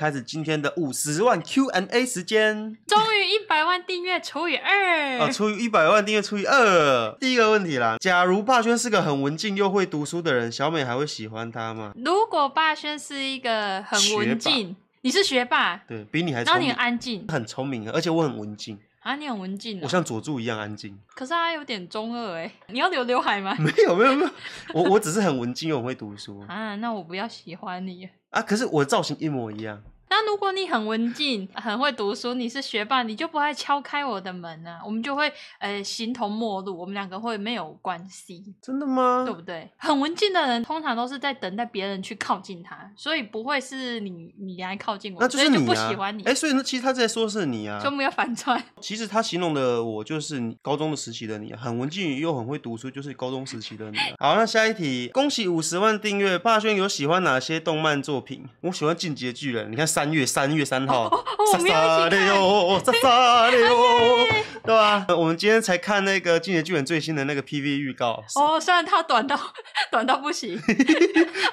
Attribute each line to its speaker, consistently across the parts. Speaker 1: 开始今天的五十万 Q&A 时间。
Speaker 2: 终于一百万订阅除以二，
Speaker 1: 啊，除以一百万订阅除以二，第一个问题啦。假如霸轩是个很文静又会读书的人，小美还会喜欢他吗？
Speaker 2: 如果霸轩是一个很文静，你是学霸，
Speaker 1: 对比你还
Speaker 2: 然
Speaker 1: 聪
Speaker 2: 后你
Speaker 1: 明
Speaker 2: 很，安静
Speaker 1: 很聪明，而且我很文 静，
Speaker 2: 啊，你很文静、
Speaker 1: 我
Speaker 2: 啊，
Speaker 1: 像佐助一样安静。
Speaker 2: 可是他有点中二哎、 你要留刘海吗？
Speaker 1: 没有没有没有， 我我只是很文静又很会读书
Speaker 2: 啊，那我不要喜欢你。
Speaker 1: 啊。可是我造型一模一样，
Speaker 2: 那如果你很文静，很会读书，你是学霸，你就不会敲开我的门啊，我们就会呃形同陌路，我们两个会没有关系，
Speaker 1: 真的吗
Speaker 2: 对？不对？很文静的人通常都是在等待别人去靠近他，所以不会是你你来靠近我，
Speaker 1: 那就
Speaker 2: 所以
Speaker 1: 是
Speaker 2: 就
Speaker 1: 你
Speaker 2: 不
Speaker 1: 啊！
Speaker 2: 喜欢你，
Speaker 1: 哎、所以那其实他在说是你啊。
Speaker 2: 就没有反串。
Speaker 1: 其实他形容的我就是你高中的时期的你啊，很文静又很会读书，就是高中时期的你啊、 好，那下一题，恭喜五十万订阅，霸轩有喜欢哪些动漫作品？我喜欢《进击的巨人》，你看三月三月三号，
Speaker 2: 我们要一起看
Speaker 1: 哟，哦杀杀的 哟，对吧、呃我们今天才看那个《进击的巨人》最新的那个 PV 预告，
Speaker 2: 哦，虽然它短到 短到 不行，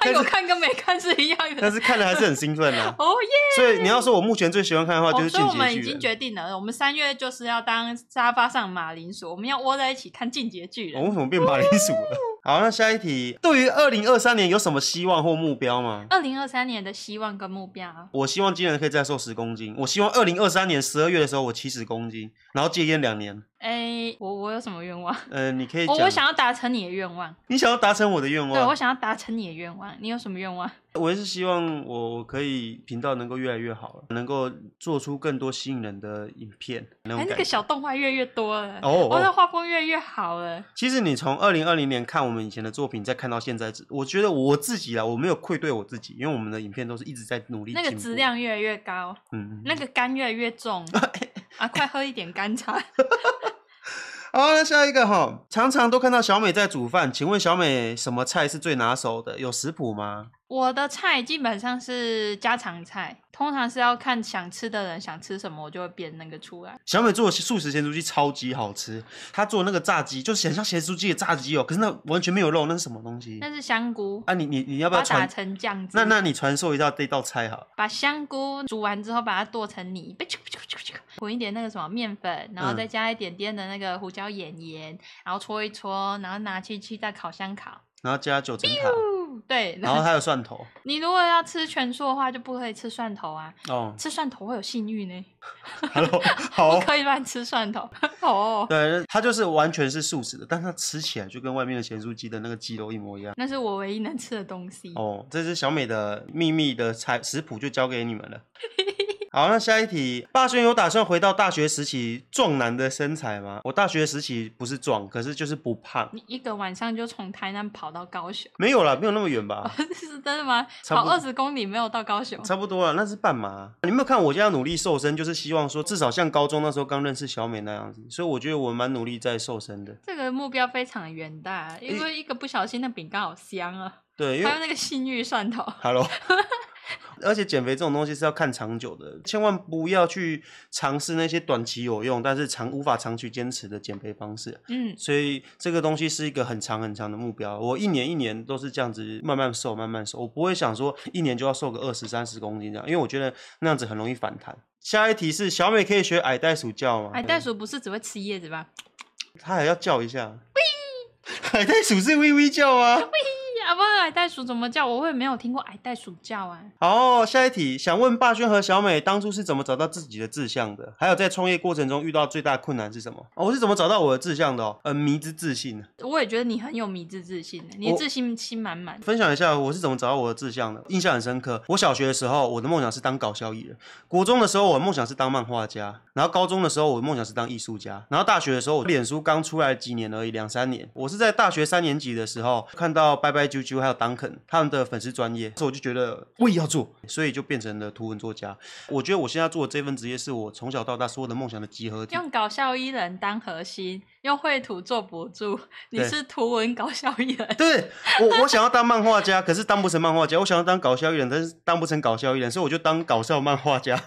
Speaker 2: 哎，有看跟没看是一样
Speaker 1: 但
Speaker 2: 的。。
Speaker 1: 是看了还是很兴奋啊
Speaker 2: 哦耶！
Speaker 1: 所以你要说我目前最喜欢看的话，哦就是《
Speaker 2: 哦所以
Speaker 1: 进
Speaker 2: 我
Speaker 1: 击的
Speaker 2: 们
Speaker 1: 巨
Speaker 2: 已
Speaker 1: 人
Speaker 2: 经》决定了，我们三月就是要当沙发上马铃薯，我们要窝在一起看《进阶巨
Speaker 1: 我
Speaker 2: 人》
Speaker 1: 为什么变马铃薯了？ 好，那下一题，对于二零二三年有什么希望或目标吗？
Speaker 2: 二零二三年的希望跟目标。啊
Speaker 1: 我希望今年可以再瘦十公斤。我希望二零二三年十二月的时候我七十公斤，然后戒烟两年。
Speaker 2: 哎，我我有什么愿望？
Speaker 1: 呃，你可以
Speaker 2: 哦我
Speaker 1: 讲，
Speaker 2: 我想要达成你的愿望，
Speaker 1: 你想要达成我的愿
Speaker 2: 对我
Speaker 1: 望，
Speaker 2: 想要达成你的愿望。你有什么愿望？
Speaker 1: 我也是希望我我可以频道能够越来越好了，能够做出更多吸引人的影片那种
Speaker 2: 哎，那
Speaker 1: 感
Speaker 2: 个
Speaker 1: 觉。
Speaker 2: 小动画越来越多了，
Speaker 1: 哦哦
Speaker 2: 我的画风越来越好了。
Speaker 1: 其实你从二零二零年看我们以前的作品，再看到现在，我觉得我自己啦，我没有愧对我自己，因为我们的影片都是一直在努力
Speaker 2: 那个
Speaker 1: 进步
Speaker 2: 质，量越来越高，
Speaker 1: 嗯，
Speaker 2: 那个肝越来越 重
Speaker 1: 哎
Speaker 2: 啊！快喝一点肝茶。
Speaker 1: 好，那下一个哈，常常都看到小美在煮饭，请问小美什么菜是最拿手的？有食谱吗？
Speaker 2: 我的菜基本上是家常菜，通常是要看想吃的人想吃什么，我就会编那个出来。
Speaker 1: 小美做的素食咸猪鸡超级好吃，她做那个炸鸡就是很像咸猪鸡的炸鸡哦，可是那完全没有肉，那是什么东西？
Speaker 2: 那是香菇，
Speaker 1: 啊，你你你要不
Speaker 2: 把
Speaker 1: 要
Speaker 2: 它打
Speaker 1: 传？
Speaker 2: 成酱汁。
Speaker 1: 那那你传授一下这道菜好了？
Speaker 2: 把香菇煮完之后，把它剁成泥，被啾啾啾啾混一点那个什么面粉，然后
Speaker 1: 嗯
Speaker 2: 再加一点点的那个胡椒盐盐，然后搓一搓，然后拿去去在烤箱烤。
Speaker 1: 然后加九层塔，
Speaker 2: 哦对，
Speaker 1: 然后还有蒜头
Speaker 2: 你如果要吃全素的话，就不可以吃蒜头啊，
Speaker 1: 哦
Speaker 2: 吃蒜头会有性欲呢，
Speaker 1: ，Hello，好
Speaker 2: 不。可以乱吃蒜头。哦，
Speaker 1: 对，它就是完全是素食的，但它吃起来就跟外面的咸猪鸡的那个鸡肉一模一样。
Speaker 2: 那是我唯一能吃的东西。
Speaker 1: 哦，这是小美的秘密的菜食谱，就交给你们了。好，那下一题，霸轩有打算回到大学时期壮男的身材吗？我大学时期不是壮，可是就是不胖，
Speaker 2: 你一个晚上就从台南跑到高雄，，
Speaker 1: 没有啦，没有那么远吧
Speaker 2: 是真的吗？
Speaker 1: 差
Speaker 2: 跑
Speaker 1: 不多
Speaker 2: 二十公里没有到高雄？
Speaker 1: 差不多啦，那是半马。你有没有看我现在努力瘦身，就是希望说至少像高中那时候刚认识小美那样子，所以我觉得我蛮努力在瘦身的。
Speaker 2: 这个目标非常远大，因为一个不小心，那饼干好香啊！
Speaker 1: 对，因为
Speaker 2: 还有那个幸运蒜 头，
Speaker 1: Hello 。而且减肥这种东西是要看长久的，千万不要去尝试那些短期有用，但是长无法长期坚持的减肥方式。
Speaker 2: 嗯，
Speaker 1: 所以这个东西是一个很长很长的目标。我一年一年都是这样子慢慢瘦，慢慢瘦，我不会想说一年就要瘦个二十三十公斤这样，因为我觉得那样子很容易反弹。下一题是小美可以学矮袋鼠叫吗？
Speaker 2: 哎，袋鼠不是只会吃叶子吧？
Speaker 1: 它还要叫一下。 矮袋鼠是微微叫啊吗？
Speaker 2: 哎呀，不然矮袋鼠怎么叫？我会没有听过矮袋鼠叫啊？
Speaker 1: 好，下一题，想问霸轩和小美当初是怎么找到自己的志向的？还有在创业过程中遇到最大困难是什么？哦、我是怎么找到我的志向的、哦？呃，迷之自信。
Speaker 2: 我也觉得你很有迷之自信的，你的
Speaker 1: 我
Speaker 2: 自信心满满。
Speaker 1: 分享一下我是怎么找到我的志向的，印象很深刻。我小学的时候，我的梦想是当搞笑艺人；国中的时候，我的梦想是当漫画家；然后高中的时候，我的梦想是当艺术家；然后大学的时候，我脸书刚出来几年而已，两三年。我是在大学三年级的时候看到拜拜啾啾还有 Duncan 他们的粉丝专业，所以我就觉得我也要做，所以就变成了图文作家。我觉得我现在做的这份职业是我从小到大所有的梦想的集合体。
Speaker 2: 用搞笑艺人当核心，用绘图做博主，你
Speaker 1: 对
Speaker 2: 是图文搞笑人。
Speaker 1: 对我，我想要当漫画家，可是当不成漫画家；我想要当搞笑艺人，但是当不成搞笑艺人，所以我就当搞笑漫画家。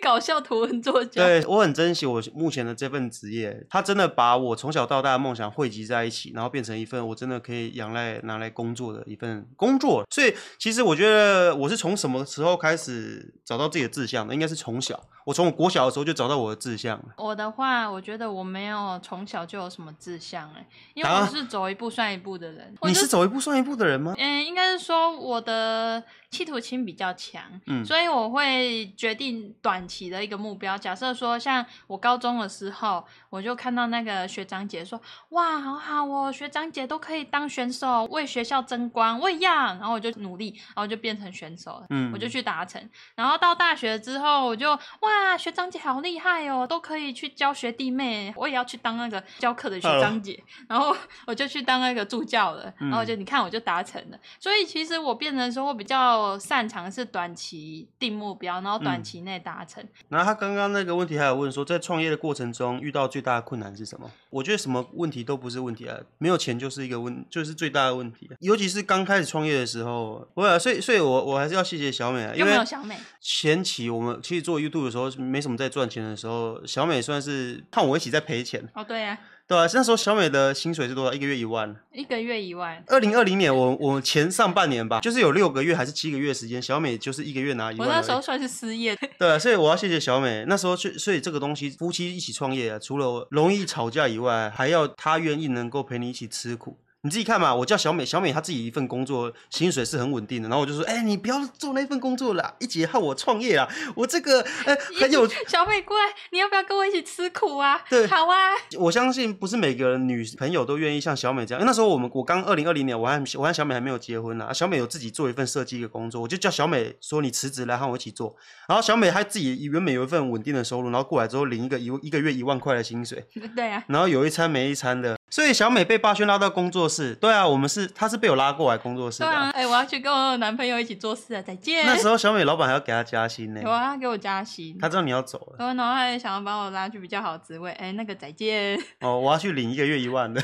Speaker 2: 搞笑图文作家。
Speaker 1: 对我很珍惜我目前的这份职业，它真的把我从小到大的梦想汇集在一起，然后变成一份我真的可以仰赖拿来工作的一份工作。所以其实我觉得我是从什么时候开始找到自己的志向的？应该是从小，我从我国小的时候就找到我的志向了。
Speaker 2: 我的话，我觉得我没有从小就有什么志向哎、因为
Speaker 1: 啊
Speaker 2: 我是走一步算一步的人。我
Speaker 1: 你
Speaker 2: 就是
Speaker 1: 走一步算一步的人吗？
Speaker 2: 嗯，应该是说我的企图心比较强，
Speaker 1: 嗯
Speaker 2: 所以我会决定短期的一个目标。假设说，像我高中的时候，我就看到那个学长姐说：“哇，好好哦，学长姐都可以当选手，为学校争光，我也要。”然后我就努力，然后就变成选手了。
Speaker 1: 嗯
Speaker 2: 我就去达成，然后到大学之后，我就哇，学长姐好厉害哦，都可以去教学弟妹，我也要去当那个教课的学
Speaker 1: Hello
Speaker 2: 长姐。然后我就去当那个助教了，
Speaker 1: 嗯
Speaker 2: 然后我就你看我就达成了。所以其实我变成说我比较擅长是短期定目标，然后短
Speaker 1: 嗯
Speaker 2: 期内达成。
Speaker 1: 然后他刚刚那个问题还有问说，在创业的过程中遇到最大的困难是什么？我觉得什么问题都不是问题啊，没有钱就是一个问，就是最大的问题、啊尤其是刚开始创业的时候，不啊，所以所以我我还是要谢谢小美啊，因
Speaker 2: 有没
Speaker 1: 为
Speaker 2: 有小美？
Speaker 1: 前期我们其实做 YouTube 的时候没什么在赚钱的时候，小美算是看我一起在赔钱，
Speaker 2: 哦，对啊，
Speaker 1: 对啊，那时候小美的薪水是多少？一个月一万。
Speaker 2: 一个月一万，
Speaker 1: 二零二零年我我前上半年吧，就是有六个月还是七个月的时间，小美就是一个月拿一
Speaker 2: 我
Speaker 1: 万而已。
Speaker 2: 那时候算是失业，
Speaker 1: 对啊，所以我要谢谢小美。那时候，所以所以这个东西，夫妻一起创业啊，除了容易吵架以外，还要她愿意能够陪你一起吃苦。你自己看嘛，我叫小美，小美她自己一份工作，薪水是很稳定的。然后我就说，哎、你不要做那份工作啦，一起和我创业啦。啊我这个，哎、很有，
Speaker 2: 小美过来，你要不要跟我一起吃苦啊？
Speaker 1: 对
Speaker 2: 好啊，
Speaker 1: 我相信不是每个女朋友都愿意像小美这样。因为那时候我们，我刚二零二零年，我和我和小美还没有结婚啦。啊小美有自己做一份设计的工作，我就叫小美说，你辞职来和我一起做。然后小美她自己原本有一份稳定的收入，然后过来之后领一个一一个月一万块的薪水。
Speaker 2: 对啊，
Speaker 1: 然后有一餐没一餐的。所以小美被霸轩拉到工作室，对啊，我们是她是被我拉过来工作室
Speaker 2: 对
Speaker 1: 的啊、
Speaker 2: 啊，哎、我要去跟我男朋友一起做事了，啊再见。
Speaker 1: 那时候小美老板还要给她加薪呢、
Speaker 2: 有啊，他给我加薪。
Speaker 1: 她知道你要走了
Speaker 2: 然后他也想要把我拉去比较好的职位，哎、那个再见。
Speaker 1: 哦，我要去领一个月一万的，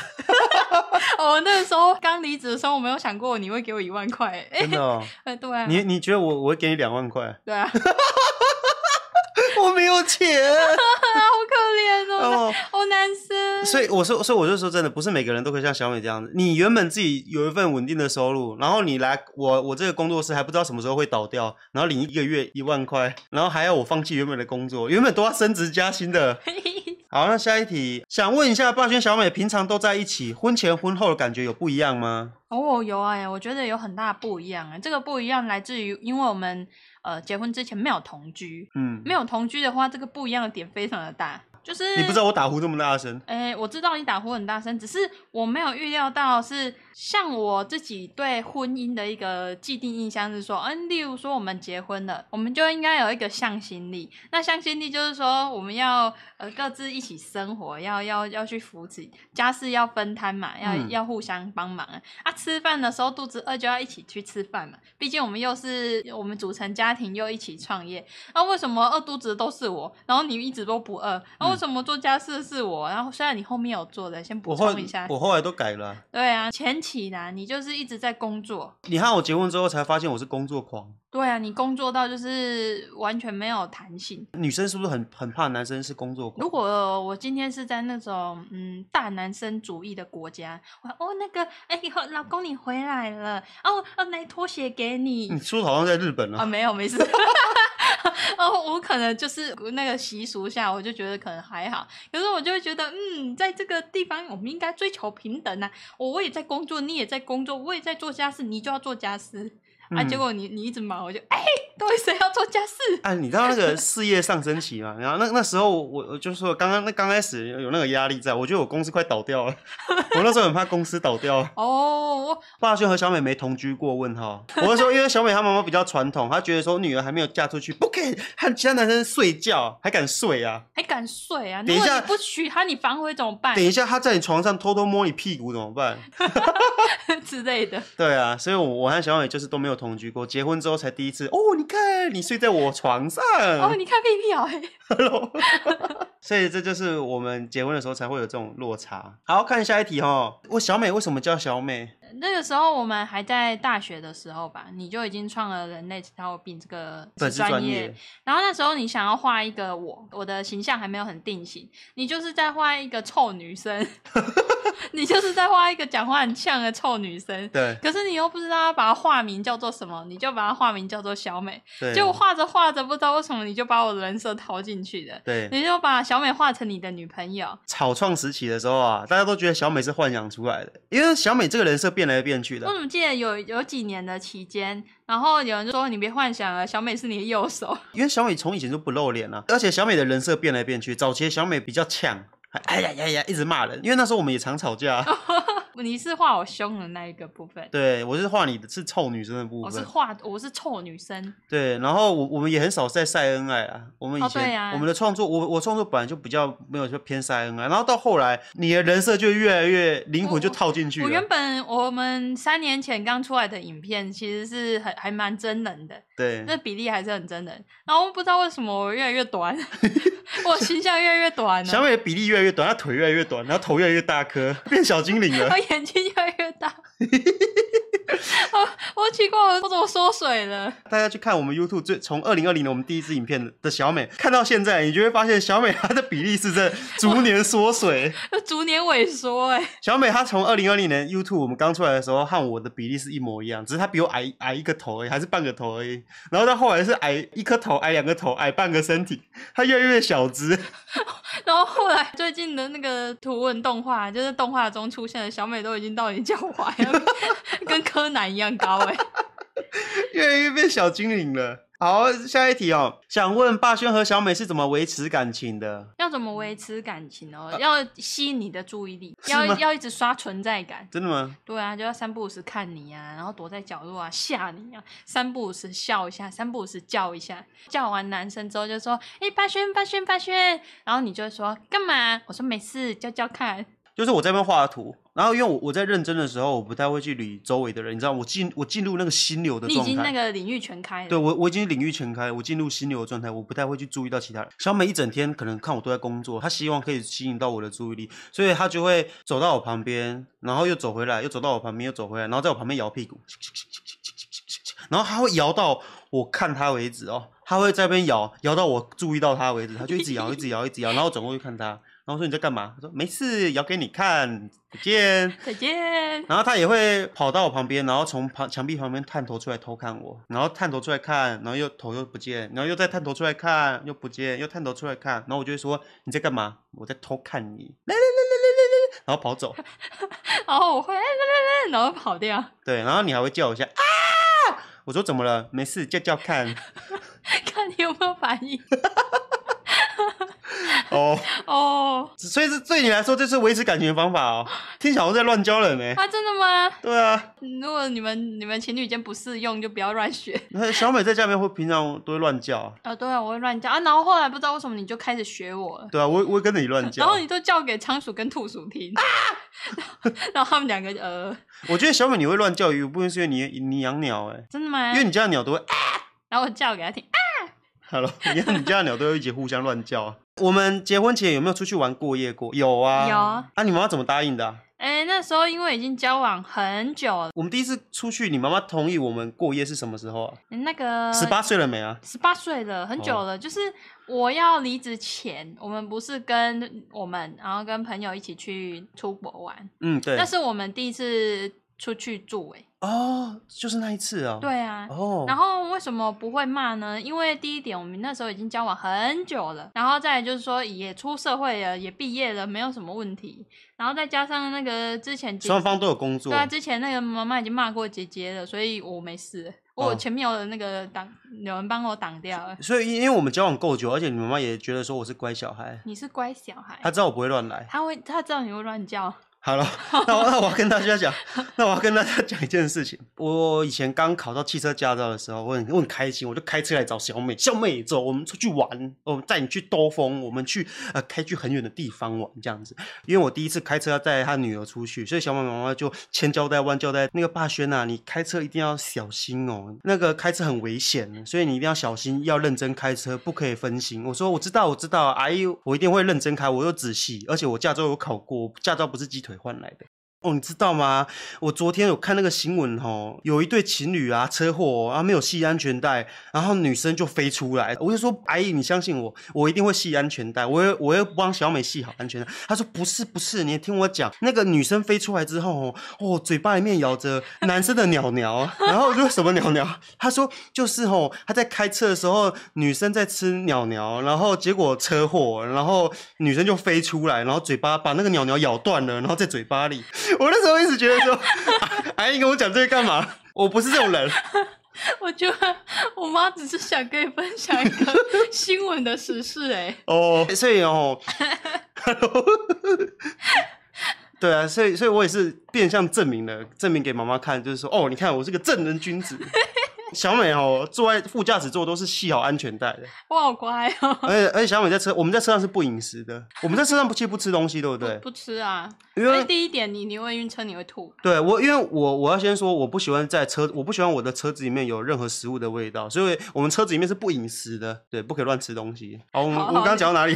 Speaker 2: 哦，我那时候刚离职的时候，我没有想过你会给我一万块、欸，哎、
Speaker 1: 真的哦。
Speaker 2: 呃对啊，
Speaker 1: 你你觉得我我会给你两万块？
Speaker 2: 对啊， 好可
Speaker 1: 我没有钱
Speaker 2: 怜哦，
Speaker 1: 哦，
Speaker 2: 好难生。
Speaker 1: 所以我说，所以我就说真的，不是每个人都可以像小美这样子。你原本自己有一份稳定的收入，然后你来我我这个工作室还不知道什么时候会倒掉，然后领一个月一万块，然后还要我放弃原本的工作，原本都要升职加薪的。好，那下一题，想问一下，霸轩、小美平常都在一起，婚前婚后的感觉有不一样吗？
Speaker 2: 哦，有啊，哎我觉得有很大不一样哎、这个不一样来自于，因为我们呃结婚之前没有同居，
Speaker 1: 嗯，
Speaker 2: 没有同居的话，这个不一样的点非常的大，就是
Speaker 1: 你不知道我打呼这么大声，
Speaker 2: 诶，哎我知道你打呼很大声，只是我没有预料到是像我自己对婚姻的一个既定印象是说，嗯，例如说我们结婚了，我们就应该有一个向心力。那向心力就是说我们要呃各自一起生活，要要要去扶持，家事要分摊嘛，要、
Speaker 1: 嗯
Speaker 2: 要互相帮忙啊。啊，吃饭的时候肚子饿就要一起去吃饭嘛，毕竟我们又是我们组成家庭又一起创业，那、为什么饿肚子的都是我，然后你一直都不饿？那、为什么做家事的是我？然后虽然你后面有做的，先补
Speaker 1: 嗯我后
Speaker 2: 充一下。
Speaker 1: 我后来都改了啊。
Speaker 2: 对啊，前期呢，你就是一直在工作。
Speaker 1: 你和我结婚之后才发现我是工作狂，
Speaker 2: 对啊，你工作到就是完全没有弹性。
Speaker 1: 女生是不是很很怕男生是工作狂？
Speaker 2: 如果我今天是在那种嗯大男生主义的国家，我哦那个哎、老公你回来了，哦哦来拖鞋给你，
Speaker 1: 你说的好像在日本
Speaker 2: 啊，
Speaker 1: 啊，
Speaker 2: 没有，没事。 哦，我可能就是那个习俗下，我就觉得可能还好。可是我就会觉得，嗯，在这个地方，我们应该追求平等啊。我我也在工作，你也在工作，我也在做家事，你就要做家事、啊。
Speaker 1: 嗯
Speaker 2: 结果你你一直忙，我就哎，到底谁要做家事？
Speaker 1: 哎，你知道那个事业上升期嘛？然后那那时候我我就说，刚刚那刚开始有有那个压力在，我觉得我公司快倒掉了，我那时候很怕公司倒掉。
Speaker 2: 哦，我
Speaker 1: 霸轩和小美没同居过？问号。我是说，因为小美她妈妈比较传统，她觉得说女儿还没有嫁出去，不可以和其他男生睡觉，还敢睡啊？
Speaker 2: 还敢睡啊！
Speaker 1: 等
Speaker 2: 如
Speaker 1: 一
Speaker 2: 果
Speaker 1: 下
Speaker 2: 你不娶她，你反悔怎么办
Speaker 1: 等一下她在你床上偷偷摸你屁股怎么办？
Speaker 2: 之类的？
Speaker 1: 对啊，所以我我和小美就是都没有同居过，结婚之后才第一次。哦，你看你睡在我床上，
Speaker 2: 哦，你看屁屁哦，嘿
Speaker 1: Hello 所以这就是我们结婚的时候才会有这种落差。好，看下一题哦。我小美为什么叫小美？
Speaker 2: 那个时候我们还在大学的时候吧，你就已经创了人类结构病这个
Speaker 1: 本是
Speaker 2: 专
Speaker 1: 专
Speaker 2: 业
Speaker 1: 业，，
Speaker 2: 然后那时候你想要画一个我，我的形象还没有很定型，你就是在画一个臭 女生，你就是在画一个讲话很呛的臭女生。
Speaker 1: 对
Speaker 2: 可是你又不知道要把它化名叫做什么，你就把它化名叫做小美。
Speaker 1: 对，
Speaker 2: 结果画着画着，不知道为什么你就把我的人设套进去的，
Speaker 1: 对
Speaker 2: 你就把小美画成你的女朋友。
Speaker 1: 草创时期的时候啊，大家都觉得小美是幻想出来的，因为小美这个人设变来变去的
Speaker 2: 我。怎么记得有有几年的期间，然后有人就说你别幻想了，小美是你的右手。
Speaker 1: 因为小美从以前就不露脸啊，而且小美的人设变来变去。早期的小美比较呛，还哎呀呀呀一直骂人，因为那时候我们也常吵架。
Speaker 2: 你是画我胸的那一个部分，
Speaker 1: 对，我是画你的是臭女生的部
Speaker 2: 哦我是
Speaker 1: 分，
Speaker 2: 画我是臭女生，
Speaker 1: 对，然后我我们也很少在晒恩爱啊。我们以
Speaker 2: 哦
Speaker 1: 前、
Speaker 2: 对啊
Speaker 1: 我们的创作，我我创作本来就比较没有说偏晒恩爱，然后到后来你的人设就越来越灵魂就套进去
Speaker 2: 我
Speaker 1: 了
Speaker 2: 原。本我们三年前刚出来的影片，其实是很还蛮真人的，
Speaker 1: 对，
Speaker 2: 那比例还是很真人。然后不知道为什么我越来越短， 我形象越来越短
Speaker 1: 小
Speaker 2: 了，
Speaker 1: 美的比例越来越短，她腿越来越短，然后头越来越大颗，变小精灵 了
Speaker 2: 我。眼睛越来越大。 我我奇怪，我我怎么缩水了？
Speaker 1: 大家去看我们 YouTube 最从二零二零年我们第一支影片的小美，看到现在，你就会发现小美她的比例是在逐年缩水。
Speaker 2: 逐年萎缩、哎，
Speaker 1: 小美她从二零二零年 YouTube 我们刚出来的时候和我的比例是一模一样，只是她比我矮矮一个头而已，还是半个头而已。然后到后来是矮一颗头，矮两个头，矮半个身体，她越来越小只。
Speaker 2: 然后后来最近的那个图文动画，就是动画中出现的小美都已经到你脚踝了，跟柯南一样高哎、
Speaker 1: 越来越变小精灵了。好，下一题哦，想问霸轩和小美是怎么维持感情的？
Speaker 2: 要怎么维持感情哦？要吸引你的注意
Speaker 1: 嗯
Speaker 2: 力，
Speaker 1: 呃是
Speaker 2: 要
Speaker 1: 吗
Speaker 2: 要一直刷存在感。
Speaker 1: 真的吗？
Speaker 2: 对啊，就要三不五时看你啊，然后躲在角落啊吓你啊，三不五时笑一下，三不五时叫一下。叫完男生之后就说：“哎、八轩，八轩，八轩。”然后你就会说：“干嘛？”我说：“没事，叫叫看。
Speaker 1: 就是我在那边画图，然后因为我我在认真的时候，我不太会去理周围的人，你知道，我进我进入那个心流”的
Speaker 2: 你
Speaker 1: 状
Speaker 2: 已
Speaker 1: 态。
Speaker 2: 经那个领域全开
Speaker 1: 对
Speaker 2: 了，
Speaker 1: 我，我已经领域全开，我进入心流的状态，我不太会去注意到其他人。小美一整天可能看我都在工作，她希望可以吸引到我的注意力，所以她就会走到我旁边，然后又走回来，又走到我旁边，又走回来，然后在我旁边摇屁股，然后她会摇到我看她为止哦，她会在那边摇，摇到我注意到她为止，她就一直摇，一直摇，一直摇，然后我转过去看她，然后我说你在干嘛？她说没事，摇给你看，再见。
Speaker 2: 再见。
Speaker 1: 然后他也会跑到我旁边，然后从旁墙壁旁边探头出来偷看我，然后探头出来看，然后又头又不见，然后又再探头出来看，又不见，又探头出来看，然后我就会说你在干嘛？我在偷看你， 来来来来来来来，然后跑走，
Speaker 2: 然后我会， 然后跑掉。
Speaker 1: 对，然后你还会叫我一下啊，我说怎么了？没事，叫叫看
Speaker 2: 看你有没有反应
Speaker 1: 哦，
Speaker 2: 哦。
Speaker 1: 所以这对你来说这是维持感情的方法哦，听起来我在乱教人呢、
Speaker 2: 啊，真的吗？
Speaker 1: 对啊，
Speaker 2: 如果你们你们情侣间不适用，就不要乱学。
Speaker 1: 那小美在家里面会平常都会乱叫啊，
Speaker 2: 啊、对啊，我会乱叫啊。然后后来不知道为什么你就开始学我了，
Speaker 1: 对啊，我我会跟着你乱
Speaker 2: 然
Speaker 1: 叫啊
Speaker 2: 后。你都叫给仓鼠跟兔鼠听，然后 他们两个就呃，
Speaker 1: 我觉得小美你会乱叫，有部分是因为你你养鸟哎、
Speaker 2: 真的吗
Speaker 1: 因？为你家的鸟都会
Speaker 2: 然后我叫给他听，啊、
Speaker 1: ，Hello，你看你家的鸟都会一起互相乱叫啊。我们结婚前有没有出去玩过夜过？有啊，
Speaker 2: 有
Speaker 1: 啊。你妈妈怎么答应的啊、
Speaker 2: 哎，那时候因为已经交往很久了，
Speaker 1: 我们第一次出去，你妈妈同意我们过夜是什么时候啊？
Speaker 2: 那个
Speaker 1: 十八岁哦了没啊？
Speaker 2: 十八岁了，很久了。就是我要离职前，我们不是跟我们，然后跟朋友一起去出国玩，
Speaker 1: 嗯，对
Speaker 2: 那。是我们第一次出去住、欸，
Speaker 1: 哦，就是那一次啊。。
Speaker 2: 对啊。
Speaker 1: 哦。
Speaker 2: 然后为什么不会骂呢？因为第一点，我们那时候已经交往很久了，然后再来就是说也出社会了，也毕业了，没有什么问题。然后再加上那个之前姐
Speaker 1: 双方都有工作。
Speaker 2: 对啊，之前那个妈妈已经骂过姐姐了，所以我没事。我
Speaker 1: 哦
Speaker 2: 前面有那个挡，有人帮我挡掉了。
Speaker 1: 所以因为我们交往够久，而且你妈妈也觉得说我是乖小孩，
Speaker 2: 你是乖小孩，
Speaker 1: 她知道我不会乱来。
Speaker 2: 他会他知道你会乱叫，
Speaker 1: 好了，那我那我要跟大家讲，那我要跟大家讲一件事情。我以前刚考到汽车驾照的时候，我很我很开心，我就开车来找小美，小美走，我们出去玩，我们带你去兜风，我们去呃开去很远的地方玩这样子。因为我第一次开车要带她女儿出去，所以小美妈妈就千交代万交代，那个霸轩啊，你开车一定要小心哦，那个开车很危险，所以你一定要小心，要认真开车，不可以分心。我说我知道，我知道，啊阿姨，我一定会认真开，我又仔细，而且我驾照有考过，驾照不是鸡腿换来的。哦，你知道吗？我昨天有看那个新闻哦，有一对情侣啊车祸、哦、啊没有系安全带，然后女生就飞出来，我就说阿姨，你相信我，我一定会系安全带，我也我要帮小美系好安全带。她说不是不是，你听我讲，那个女生飞出来之后哦，哦嘴巴里面咬着男生的鸟鸟，然后我就说什么鸟鸟？她说就是哦，她在开车的时候，女生在吃鸟鸟，然后结果车祸，然后女生就飞出来，然后嘴巴把那个鸟鸟咬断了，然后在嘴巴里。我那时候一直觉得说， 啊阿姨跟我讲这个干嘛？我不是这种人。
Speaker 2: 我觉得我妈只是想跟你分享一个新闻的时事、欸，
Speaker 1: 哦，所以哦， 对啊，所以所以我也是变相证明了，证明给妈妈看，就是说，哦，你看我是个正人君子。小美哦，坐在副驾驶座都是系好安全带的，
Speaker 2: 我好乖哦、
Speaker 1: 而且而且小美在车，我们在车上是不饮食的，我们在车上不其实不吃东西，对不对？
Speaker 2: 不吃啊，
Speaker 1: 因
Speaker 2: 因为
Speaker 1: 为
Speaker 2: 第一点你你会晕车，你会吐，
Speaker 1: 对我，因为我我要先说，我不喜欢在车，我不喜欢我的车子里面有任何食物的味道，所以我们车子里面是不饮食的，对，不可以乱吃东西。好，我们
Speaker 2: 好
Speaker 1: 我们
Speaker 2: 好
Speaker 1: 刚刚讲到哪里？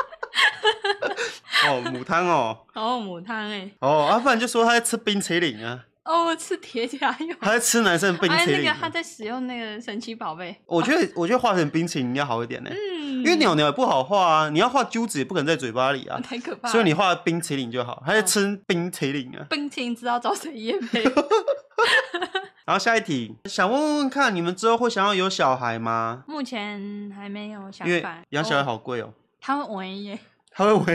Speaker 1: 哦，母汤哦，
Speaker 2: 然后母汤哎、欸，
Speaker 1: 哦，啊，不然就说他在吃冰淇淋啊，
Speaker 2: 哦，我吃铁甲油，
Speaker 1: 他在吃男生的冰
Speaker 2: 哎，
Speaker 1: 淇
Speaker 2: 那
Speaker 1: 淋
Speaker 2: 个
Speaker 1: 啊、
Speaker 2: 他在使用那个神奇宝贝，
Speaker 1: 我觉得我觉得画成冰淇淋要好一点呢、
Speaker 2: 嗯，
Speaker 1: 因为鸟鸟也不好画啊，你要画揪子也不可能在嘴巴里啊，
Speaker 2: 嗯太可怕了，
Speaker 1: 所以你画冰淇淋就好。
Speaker 2: 嗯
Speaker 1: 他在吃冰淇淋啊。
Speaker 2: 冰淇淋知道找谁验 配，
Speaker 1: 然后下一题，想问问看你们之后会想要有小孩吗？
Speaker 2: 目前还没有想
Speaker 1: 因为
Speaker 2: 法，
Speaker 1: 养小孩
Speaker 2: 哦
Speaker 1: 好贵哦，
Speaker 2: 他会闻耶，
Speaker 1: 他会 闻，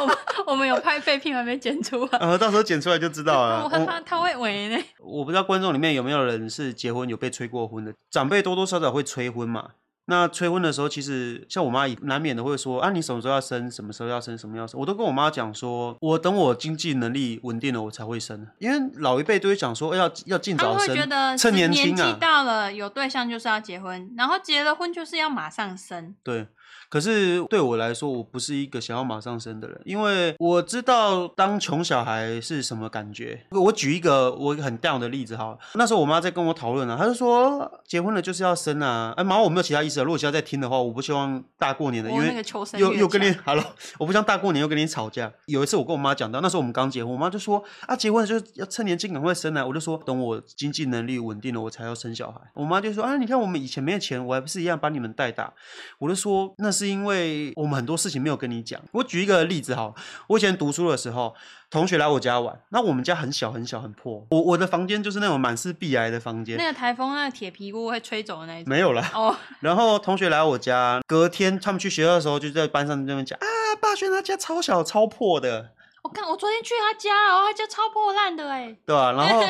Speaker 2: 我们我们有拍废片还没剪出来，
Speaker 1: 然呃后到时候剪出来就知道了
Speaker 2: 我他
Speaker 1: 啦。
Speaker 2: 他他会闻呢，
Speaker 1: 我我不知道观众里面有没有人是结婚有被催过婚的，长辈多多少少会催婚嘛。那催婚的时候，其实像我妈也难免的会说啊，你什么时候要生，什么时候要生，什么时候要生。我都跟我妈讲说，我等我经济能力稳定了，我才会生。因为老一辈都会讲说，哎要要尽
Speaker 2: 他
Speaker 1: 早
Speaker 2: 们会
Speaker 1: 生
Speaker 2: 觉得，是
Speaker 1: 趁年轻
Speaker 2: 纪
Speaker 1: 啊。
Speaker 2: 到了有对象就是要结婚，然后结了婚就是要马上生。
Speaker 1: 对，可是对我来说，我不是一个想要马上生的人，因为我知道当穷小孩是什么感觉。我举一个我很 down 的例子好了，那时候我妈在跟我讨论啊，她就说结婚了就是要生啊，哎妈，我没有其他意思啊，如果现在在听的话，我不希望大过年的，因
Speaker 2: 我那
Speaker 1: 为
Speaker 2: 个求生
Speaker 1: 又
Speaker 2: 欲
Speaker 1: 又跟你
Speaker 2: 强
Speaker 1: 好了，我不像大过年又跟你吵架。有一次我跟我妈讲到，那时候我们刚结婚，我妈就说啊，结婚就是要趁年轻赶快生啊。我就说等我经济能力稳定了，我才要生小孩。我妈就说啊，你看我们以前没有钱，我还不是一样把你们带大。我就说那是因为我们很多事情没有跟你讲。我举一个例子好了，我以前读书的时候，同学来我家玩，那我们家很小很小很破，我我的房间就是那种满是壁癌的房
Speaker 2: 那
Speaker 1: 间，
Speaker 2: 个台风，那个铁皮屋会吹走的那一种。
Speaker 1: 没有啦。
Speaker 2: 哦，
Speaker 1: 然后同学来我家，隔天他们去学校的时候，就在班上那边讲啊，霸轩他家超小超破的，
Speaker 2: 我看我昨天去他家哦，他家超破烂的哎。
Speaker 1: 对吧、 然后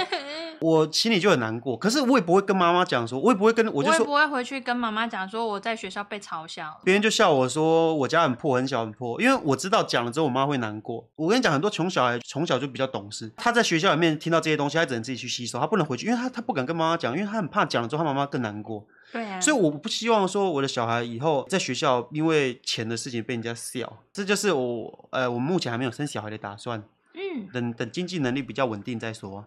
Speaker 1: 我心里就很难过，可是我也不会跟妈妈讲说，我也不会跟我
Speaker 2: 我
Speaker 1: 就
Speaker 2: 会
Speaker 1: 说，
Speaker 2: 不会回去跟妈妈讲说我在学校被嘲笑？
Speaker 1: 别人就笑我说我家很破，很小很破，因为我知道讲了之后我妈会难过。我跟你讲，很多穷小孩从小就比较懂事，他在学校里面听到这些东西，他只能自己去吸收，他不能回去，因为他他不敢跟妈妈讲，因为他很怕讲了之后他妈妈更难过。
Speaker 2: 对啊，
Speaker 1: 所以我不希望说我的小孩以后在学校因为钱的事情被人家笑，这就是我呃我目前还没有生小孩的打算，
Speaker 2: 嗯
Speaker 1: 等等经济能力比较稳定再说。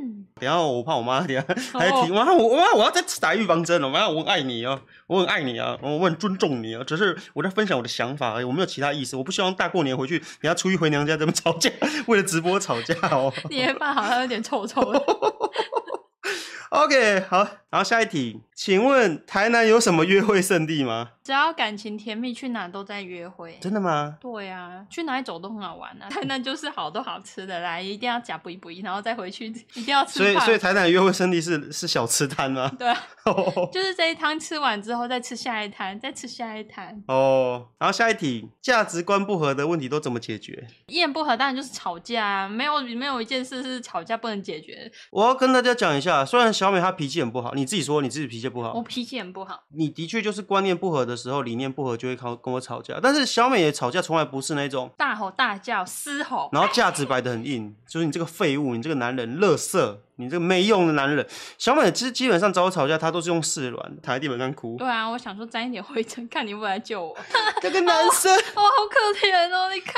Speaker 2: 嗯，
Speaker 1: 等一下哦我怕我妈等 一下还
Speaker 2: 哦
Speaker 1: 提，妈我妈我要再打预防针了，妈我很爱你哦，我很爱你啊，我很尊重你啊，只是我在分享我的想法而已，我没有其他意思，我不希望大过年回去，等一下初一回娘家咱们吵架， 为了直播吵架哦。
Speaker 2: 你的爸好像有点臭臭的。
Speaker 1: OK 好，然后下一题，请问台南有什么约会圣地吗？
Speaker 2: 只要感情甜蜜，去哪都在约会。
Speaker 1: 真的吗？
Speaker 2: 对啊，去哪里走都很好玩啊！台南就是好多好吃的，来一定要假不一不一，然后再回去一定要吃
Speaker 1: 所以，
Speaker 2: 饭。
Speaker 1: 所以台南的约会圣地是是小吃摊吗？
Speaker 2: 对啊，
Speaker 1: 哦
Speaker 2: 就是这一摊吃完之后，再吃下一摊，再吃下一摊，
Speaker 1: 哦，然后下一题，价值观不合的问题都怎么解决？
Speaker 2: 一言不合当然就是吵架啊，没有没有一件事是吵架不能解决的。
Speaker 1: 我要跟大家讲一下，虽然小美她脾气很不好，你自己说你自己脾气不好
Speaker 2: 我，脾气很不好，
Speaker 1: 你的确就是观念不合的时候，理念不合就会靠跟我吵架。但是小美也吵架从来不是那种，
Speaker 2: 大吼大叫、嘶吼，
Speaker 1: 然后价值摆得很硬，就是你这个废物，你这个男人，垃圾，你这个没用的男人。小美其实基本上找我吵架，她都是用示软，躺在地板上哭。
Speaker 2: 对啊，我想说沾一点灰尘，看你会不会来救我。
Speaker 1: 这个男生
Speaker 2: 我好可怜哦！你看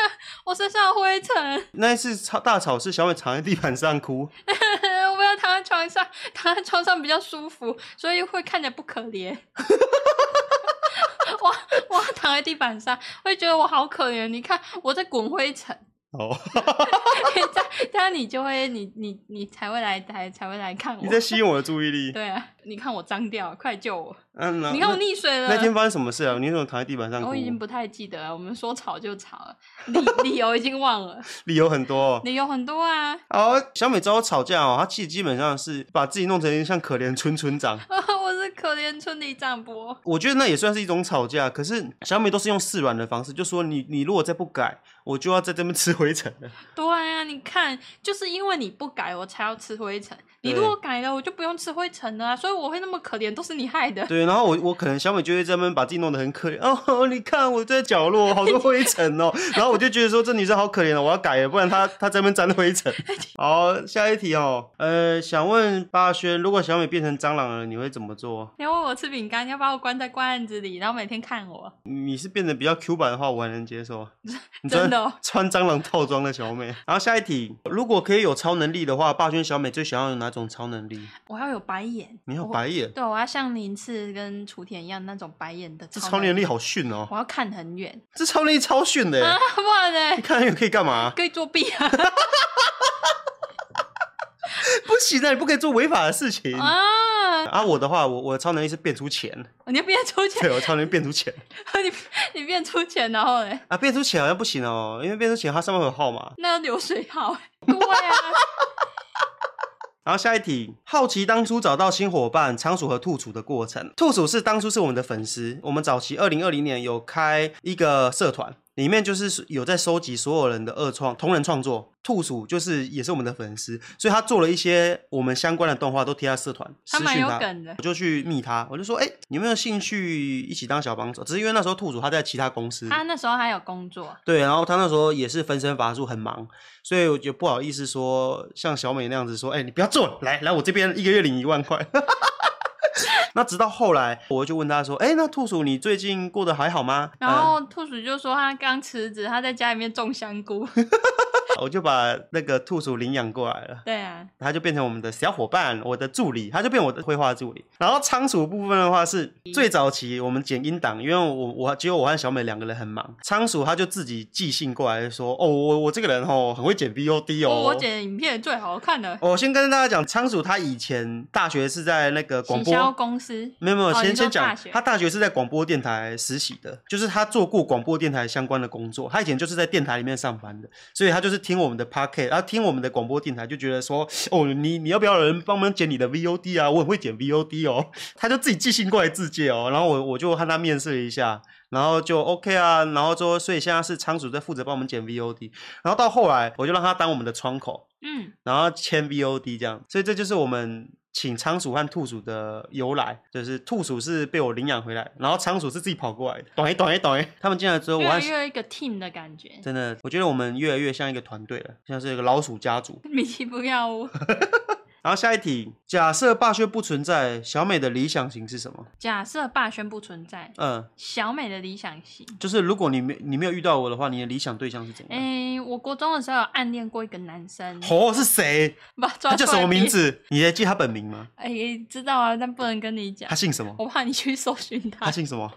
Speaker 2: 我身上的灰尘，
Speaker 1: 那一次吵大吵是小美躺在地板上哭，
Speaker 2: 我不要躺在床上，躺在床上比较舒服，所以会看起来不可怜。 我我要躺在地板上，会觉得我好可怜。你看我在滚灰尘，
Speaker 1: 哦，
Speaker 2: 这样这样你就会你你你才会来才才会来看我
Speaker 1: 你。在吸引我的注意力。
Speaker 2: 对啊，你看我脏掉了，快救我！
Speaker 1: 嗯，然后
Speaker 2: 你看我溺水了。
Speaker 1: 那天发生什么事啊？你为什么躺在地板上哭
Speaker 2: 我？已经不太记得了，我们说吵就吵了，理理由已经忘了，
Speaker 1: 理由很多、哦。
Speaker 2: 理由很多啊。
Speaker 1: 好，小美找我吵架哦，她其实基本上是把自己弄成像可怜村村长。
Speaker 2: 我是可怜村里长伯，
Speaker 1: 我觉得那也算是一种吵架，可是小美都是用示软的方式，就说你你如果再不改，我就要在这边吃灰尘了。
Speaker 2: 对啊，你看，就是因为你不改，我才要吃灰尘。你
Speaker 1: 对
Speaker 2: 如果改了，我就不用吃灰尘了啊、所以我会那么可怜，都是你害 的。
Speaker 1: 对，然后我我可能小美就会在那边把自己弄得很可怜哦， 你看我在角 落好多灰尘哦，然后我就觉得说这女生好可怜哦，我要改了，不然她她在那边沾灰 尘。好，下一题哦，呃，想问八轩，如果小美变成蟑螂了，你会怎么做？
Speaker 2: 你要喂我吃饼干，你要把我关在罐子里，然后每天看我，
Speaker 1: 你是变得比较 Q 版的话，我还能接 受。啊你
Speaker 2: 真的哦
Speaker 1: 穿蟑螂套装的小美。然后下一题，如果可以有超能力的话，霸轩小美最想要有哪种超能力？
Speaker 2: 我要有白眼。
Speaker 1: 你好
Speaker 2: 我
Speaker 1: 白眼，
Speaker 2: 对，我要像林次跟雏田一样那种白眼的
Speaker 1: 这
Speaker 2: 超
Speaker 1: 超能力好逊
Speaker 2: 我
Speaker 1: 哦，
Speaker 2: 要看很远
Speaker 1: 这超能力超逊的耶
Speaker 2: 啊，，不然
Speaker 1: 你
Speaker 2: 呢？
Speaker 1: 看可以干嘛？
Speaker 2: 可以作弊啊！
Speaker 1: 不行啊，你不可以做违法的事情。
Speaker 2: 啊，
Speaker 1: 啊，我的话，我我的超能力是变出 钱，
Speaker 2: 你要变出钱，
Speaker 1: 对我超能力变出钱
Speaker 2: 你你变出钱，然后呢？
Speaker 1: 啊，变出钱好像不行哦，因为变出钱它上面会有号码。
Speaker 2: 那要流水号、对 啊，
Speaker 1: 然后下一题，好奇当初找到新伙伴仓鼠和兔鼠的过程。兔鼠是当初是我们的粉丝，我们早期二零二零年有开一个社团，里面就是有在收集所有人的二创同人创作。兔鼠就是也是我们的粉丝，所以他做了一些我们相关的动画都贴在社团，私
Speaker 2: 他
Speaker 1: 讯
Speaker 2: 蛮有
Speaker 1: 他
Speaker 2: 梗的
Speaker 1: 我。就去密他，我就说，哎、你有没有兴趣一起当小帮手？只是因为那时候兔鼠他在其他公司，
Speaker 2: 他那时候还有工作，
Speaker 1: 对，然后他那时候也是分身乏术，很忙，所以我就不好意思说像小美那样子说，哎、你不要做了，来来我这边一个月领一万块。 那直到后来，我就问他说，哎、那兔鼠你最近过得还好吗？
Speaker 2: 然后兔鼠就说他刚辞职，他在家里面种香菇。
Speaker 1: 呃我就把那个兔鼠领养过来了。
Speaker 2: 对啊，
Speaker 1: 他就变成我们的小伙伴，我的助理，他就变我的绘画助理。然后仓鼠部分的话是最早期我们剪音档，因为我我只有我和小美两个人很忙，仓鼠他就自己寄信过来说，哦我我这个人哦很会剪 VOD 哦，
Speaker 2: 哦，我剪的影片最好看的
Speaker 1: 我先跟大家讲，仓鼠他以前大学是在那个广
Speaker 2: 行销
Speaker 1: 播，
Speaker 2: 公司，
Speaker 1: 没有没有，
Speaker 2: 哦
Speaker 1: 先
Speaker 2: 你说
Speaker 1: 先
Speaker 2: 大
Speaker 1: 讲
Speaker 2: 学，
Speaker 1: 他大学是在广播电台实习的，就是他做过广播电台相关的工作，他以前就是在电台里面上班的，所以他就是听我们的 p o c k e t 然后听我们的广播电台，就觉得说，哦，你你要不要有人帮忙剪你的 VOD 啊？我很会剪 VOD 哦，他就自己寄信过来自荐哦，然后我我就和他面试了一下，然后就 OK 啊，然后之后所以现在是仓鼠在负责帮我们剪 VOD，然后到后来我就让他当我们的窗口。
Speaker 2: 嗯，
Speaker 1: 然后签 VOD 这样，所以这就是我们请仓鼠和兔鼠的由来，就是兔鼠是被我领养回来，然后仓鼠是自己跑过来的，懂哎懂哎懂哎。他们进来之后，我
Speaker 2: 越来
Speaker 1: 还
Speaker 2: 越一个 team 的感觉。
Speaker 1: 真的，我觉得我们越来越像一个团队了，像是一个老鼠家族。
Speaker 2: 米奇不要我，
Speaker 1: 然后下一题，假设霸轩不存在，小美的理想型是什么？
Speaker 2: 假设霸宣不存在，
Speaker 1: 嗯，
Speaker 2: 小美的理想型。
Speaker 1: 就是如果你没你没有遇到我的话，你的理想对象是怎样？
Speaker 2: 诶，哎我国中的时候有暗恋过一个男生，
Speaker 1: 哦，是谁？
Speaker 2: 把他抓
Speaker 1: 他
Speaker 2: 出
Speaker 1: 叫
Speaker 2: 来
Speaker 1: 什么名
Speaker 2: 比？
Speaker 1: 字？你还记他本名吗？
Speaker 2: 诶，知道啊，但不能跟你讲
Speaker 1: 他，姓什么？
Speaker 2: 我怕你去搜寻他
Speaker 1: 他。姓什么？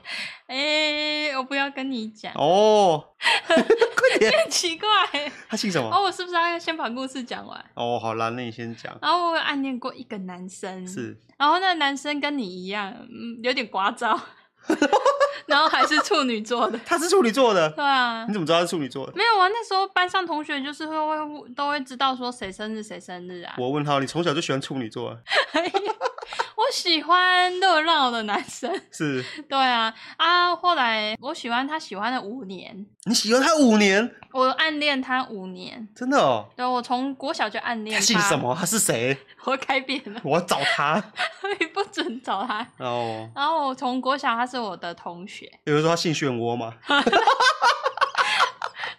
Speaker 2: 诶，我不要跟你讲，
Speaker 1: 哦，快点，
Speaker 2: 很 奇怪。
Speaker 1: 他姓什么？
Speaker 2: 哦，我是不是要先把故事讲完？
Speaker 1: 哦，好啦，那你先讲。
Speaker 2: 然后我有暗恋过一个男生，，
Speaker 1: 是
Speaker 2: 然后那个男生跟你一样，嗯，有点聒 噪，然后还是处女座的，
Speaker 1: 他是处女座 的，
Speaker 2: 对啊
Speaker 1: 你，怎么知道他是处女座的？
Speaker 2: 没有啊，那时候班上同学就是会会都会知道说谁生日谁生日啊，
Speaker 1: 我问他，你从小就喜欢处女座啊？
Speaker 2: 我喜欢热闹的男生。
Speaker 1: 是
Speaker 2: 对啊，啊，后来我喜欢他，喜欢了五年，
Speaker 1: 你喜欢他五年，
Speaker 2: 我暗恋他五年。
Speaker 1: 真的哦。
Speaker 2: 对，我从国小就暗恋
Speaker 1: 他
Speaker 2: 他。
Speaker 1: 姓什？么？他是谁？
Speaker 2: 我改变了，
Speaker 1: 我要找他
Speaker 2: 你不准找他。
Speaker 1: 哦。
Speaker 2: 然后我从国小，他是我的同学，
Speaker 1: 有人说他姓漩涡嘛？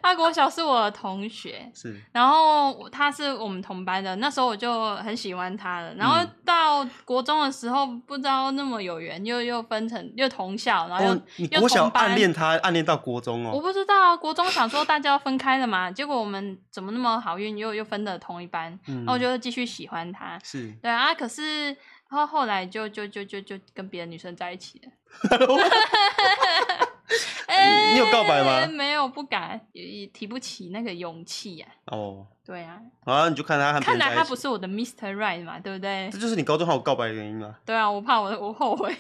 Speaker 2: 他国小是我的同学，
Speaker 1: 是
Speaker 2: 然后他是我们同班的，那时候我就很喜欢他了。然
Speaker 1: 嗯
Speaker 2: 后到国中的时候，不知道那么有缘，又又分成又同校，然后又、
Speaker 1: 哦，你
Speaker 2: 又
Speaker 1: 国小
Speaker 2: 同班
Speaker 1: 暗恋他，暗恋到国中
Speaker 2: 我
Speaker 1: 哦。
Speaker 2: 不知道啊，国中想说大家要分开了嘛， 结果我们怎么那么好运，又又分的同一班，
Speaker 1: 嗯
Speaker 2: 然后我哦就继续喜欢他。
Speaker 1: 是
Speaker 2: 对啊，可是然后后来就就就就就跟别的女生在一 起了。 哎
Speaker 1: 你有告白吗
Speaker 2: 没有，不敢，也也提不起那个勇气啊呀、
Speaker 1: 哦。
Speaker 2: 对啊，
Speaker 1: 好啊，你就看他和别
Speaker 2: 看
Speaker 1: 人在
Speaker 2: 来
Speaker 1: 一
Speaker 2: 他
Speaker 1: 起
Speaker 2: 不是我的 Mr. Right 嘛，对不对
Speaker 1: 这？就是你高中好告白的原因吗？
Speaker 2: 对啊，我怕我我后悔。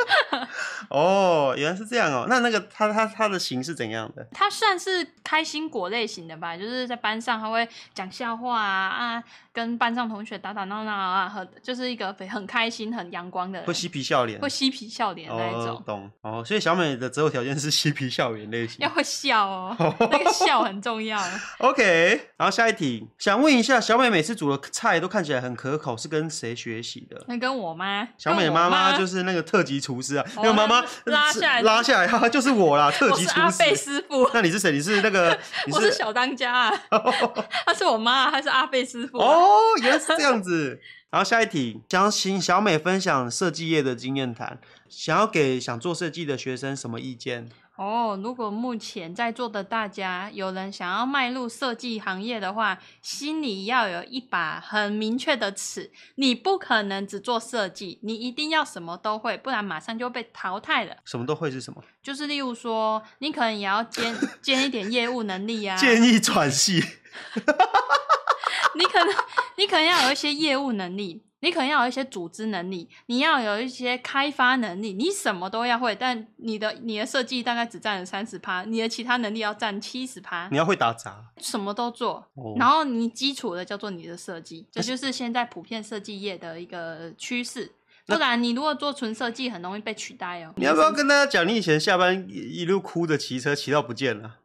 Speaker 1: 哦，原来是这样哦。那那个他他他的型是怎样的？
Speaker 2: 他算是开心果类型的吧，就是在班上他会讲笑话啊啊，跟班上同学打打闹闹啊，很就是一个很开心、很阳光的人，
Speaker 1: 会嬉皮笑脸，
Speaker 2: 会嬉皮笑脸的那一种，
Speaker 1: 哦，懂哦。所以小美的择偶条件是嬉皮笑脸类型
Speaker 2: 要。会 笑哦，那个笑很重要。
Speaker 1: OK，然后下一题，想问一下，小美每次煮的菜都看起来很可口，是跟谁学习的？
Speaker 2: 那跟我妈，
Speaker 1: 小美
Speaker 2: 跟我
Speaker 1: 妈妈
Speaker 2: 妈
Speaker 1: 就是那个特级厨师啊，那
Speaker 2: 哦
Speaker 1: 个妈妈
Speaker 2: 那拉下来
Speaker 1: 拉下来，哈哈，就是我啦，特
Speaker 2: 我
Speaker 1: 级
Speaker 2: 是
Speaker 1: 厨
Speaker 2: 阿贝
Speaker 1: 师。
Speaker 2: 师傅，
Speaker 1: 那你是谁？你是那个？ 你
Speaker 2: 我是小当家、 啊，她是我妈、啊，她是阿贝师傅、啊。
Speaker 1: 哦，原来是这样子。然后下一题，想请小美分享设计业的经验谈，想要给想做设计的学生什么意见？
Speaker 2: 哦，如果目前在座的大家有人想要迈入设计行业的话，心里要有一把很明确的尺，你不可能只做设计，你一定要什么都会，不然马上就被淘汰了。
Speaker 1: 什么都会是什么？
Speaker 2: 就是例如说，你可能也要兼兼一点业务 能力呀、
Speaker 1: 建议转系。
Speaker 2: 你可能你可能要有一些业务能力，你可能要有一些组织能力，你要有一些开发能力，你什么都要会，但你的你的设计大概只占了三十趴，你的其他能力要占七十趴。
Speaker 1: 你要会打杂。
Speaker 2: 什么都做，
Speaker 1: 哦
Speaker 2: 然后你基础的叫做你的设计，这就是现在普遍设计业的一个趋势。不然你如果做纯设计，很容易被取代哦。
Speaker 1: 你要不要跟大家讲，你以前下班一一路哭着骑车，骑到不见了？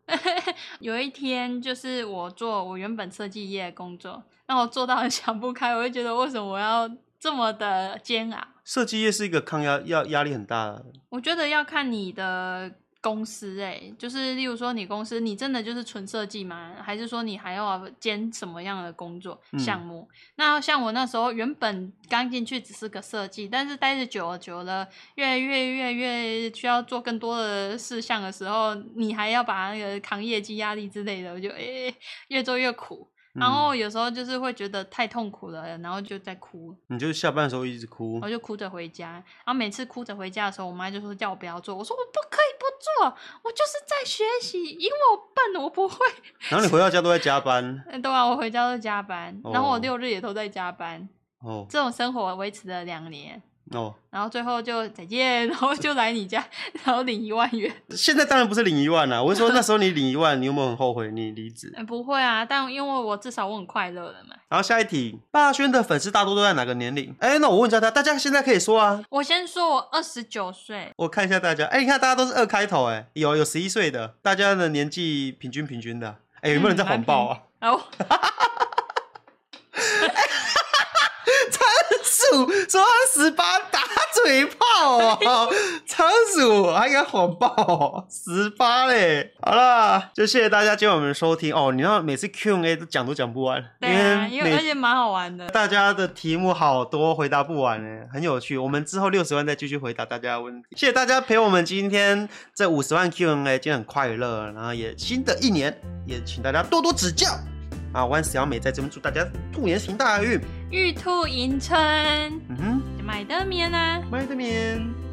Speaker 2: 有一天就是我做我原本设计业的工作，让我做到 很想不开，我就觉得为什么我要这么的煎熬？
Speaker 1: 设计业是一个抗压要压力很大的，
Speaker 2: 我觉得要看你的公司、欸，就是例如说你公司，你真的就是纯设计吗？还是说你还要兼什么样的工作
Speaker 1: 嗯
Speaker 2: 项目？那像我那时候原本刚进去只是个设计，但是待着久了久了，越越越越需要做更多的事项的时候，你还要把那个扛业绩压力之类的，我就诶、越做越苦。
Speaker 1: 嗯
Speaker 2: 然后有时候就是会觉得太痛苦了，然后就在哭。
Speaker 1: 你就下班的时候一直哭
Speaker 2: 我。就哭着回家，然后每次哭着回家的时候，我妈就说叫我不要做，我说我不可以不做，我就是在学习，因为我笨，我不会。
Speaker 1: 然后你回到家都在加班
Speaker 2: 嗯对啊，我回家都加班，然后
Speaker 1: 哦
Speaker 2: 我六日也都在加班，
Speaker 1: 哦
Speaker 2: 这种生活维持了两年，
Speaker 1: 哦。
Speaker 2: 然后最后就再见， 然后就来你家，然后领一万元。
Speaker 1: 现在当然不是领一万啦、我是说那时候你领一万，你有没有很后悔你离职？
Speaker 2: 嗯不会啊，但因为我至少我很快乐了嘛。
Speaker 1: 然后下一题，霸轩的粉丝大多都在哪个年龄？哎，那我问一下大家，大家现在可以说啊。
Speaker 2: 我先说我二十九岁，
Speaker 1: 我看一下大家，哎，你看大家都是二开头，哎，有有十一岁的，大家的年纪平均平均的，哎，有没有 人在谎报啊？
Speaker 2: 然后
Speaker 1: 仓鼠说十八打嘴炮 哦，仓鼠还敢谎报哦，十八嘞！好啦，就谢谢大家今晚我们的收听哦。你知道每次 Q&A 都讲都讲不完，
Speaker 2: 对啊，因为而
Speaker 1: 每
Speaker 2: 且蛮好玩的。
Speaker 1: 大家的题目好多，回答不完哎，很有趣。我们之后六十万再继续回答大家的问题。谢谢大家陪我们今天这五十万 Q&A，今天很快乐，然后也新的一年也请大家多多指教。啊，万小美在这边祝大家兔年行大运。
Speaker 2: 玉兔迎春，
Speaker 1: 嗯哼，
Speaker 2: 买的棉啊。
Speaker 1: 麦德棉。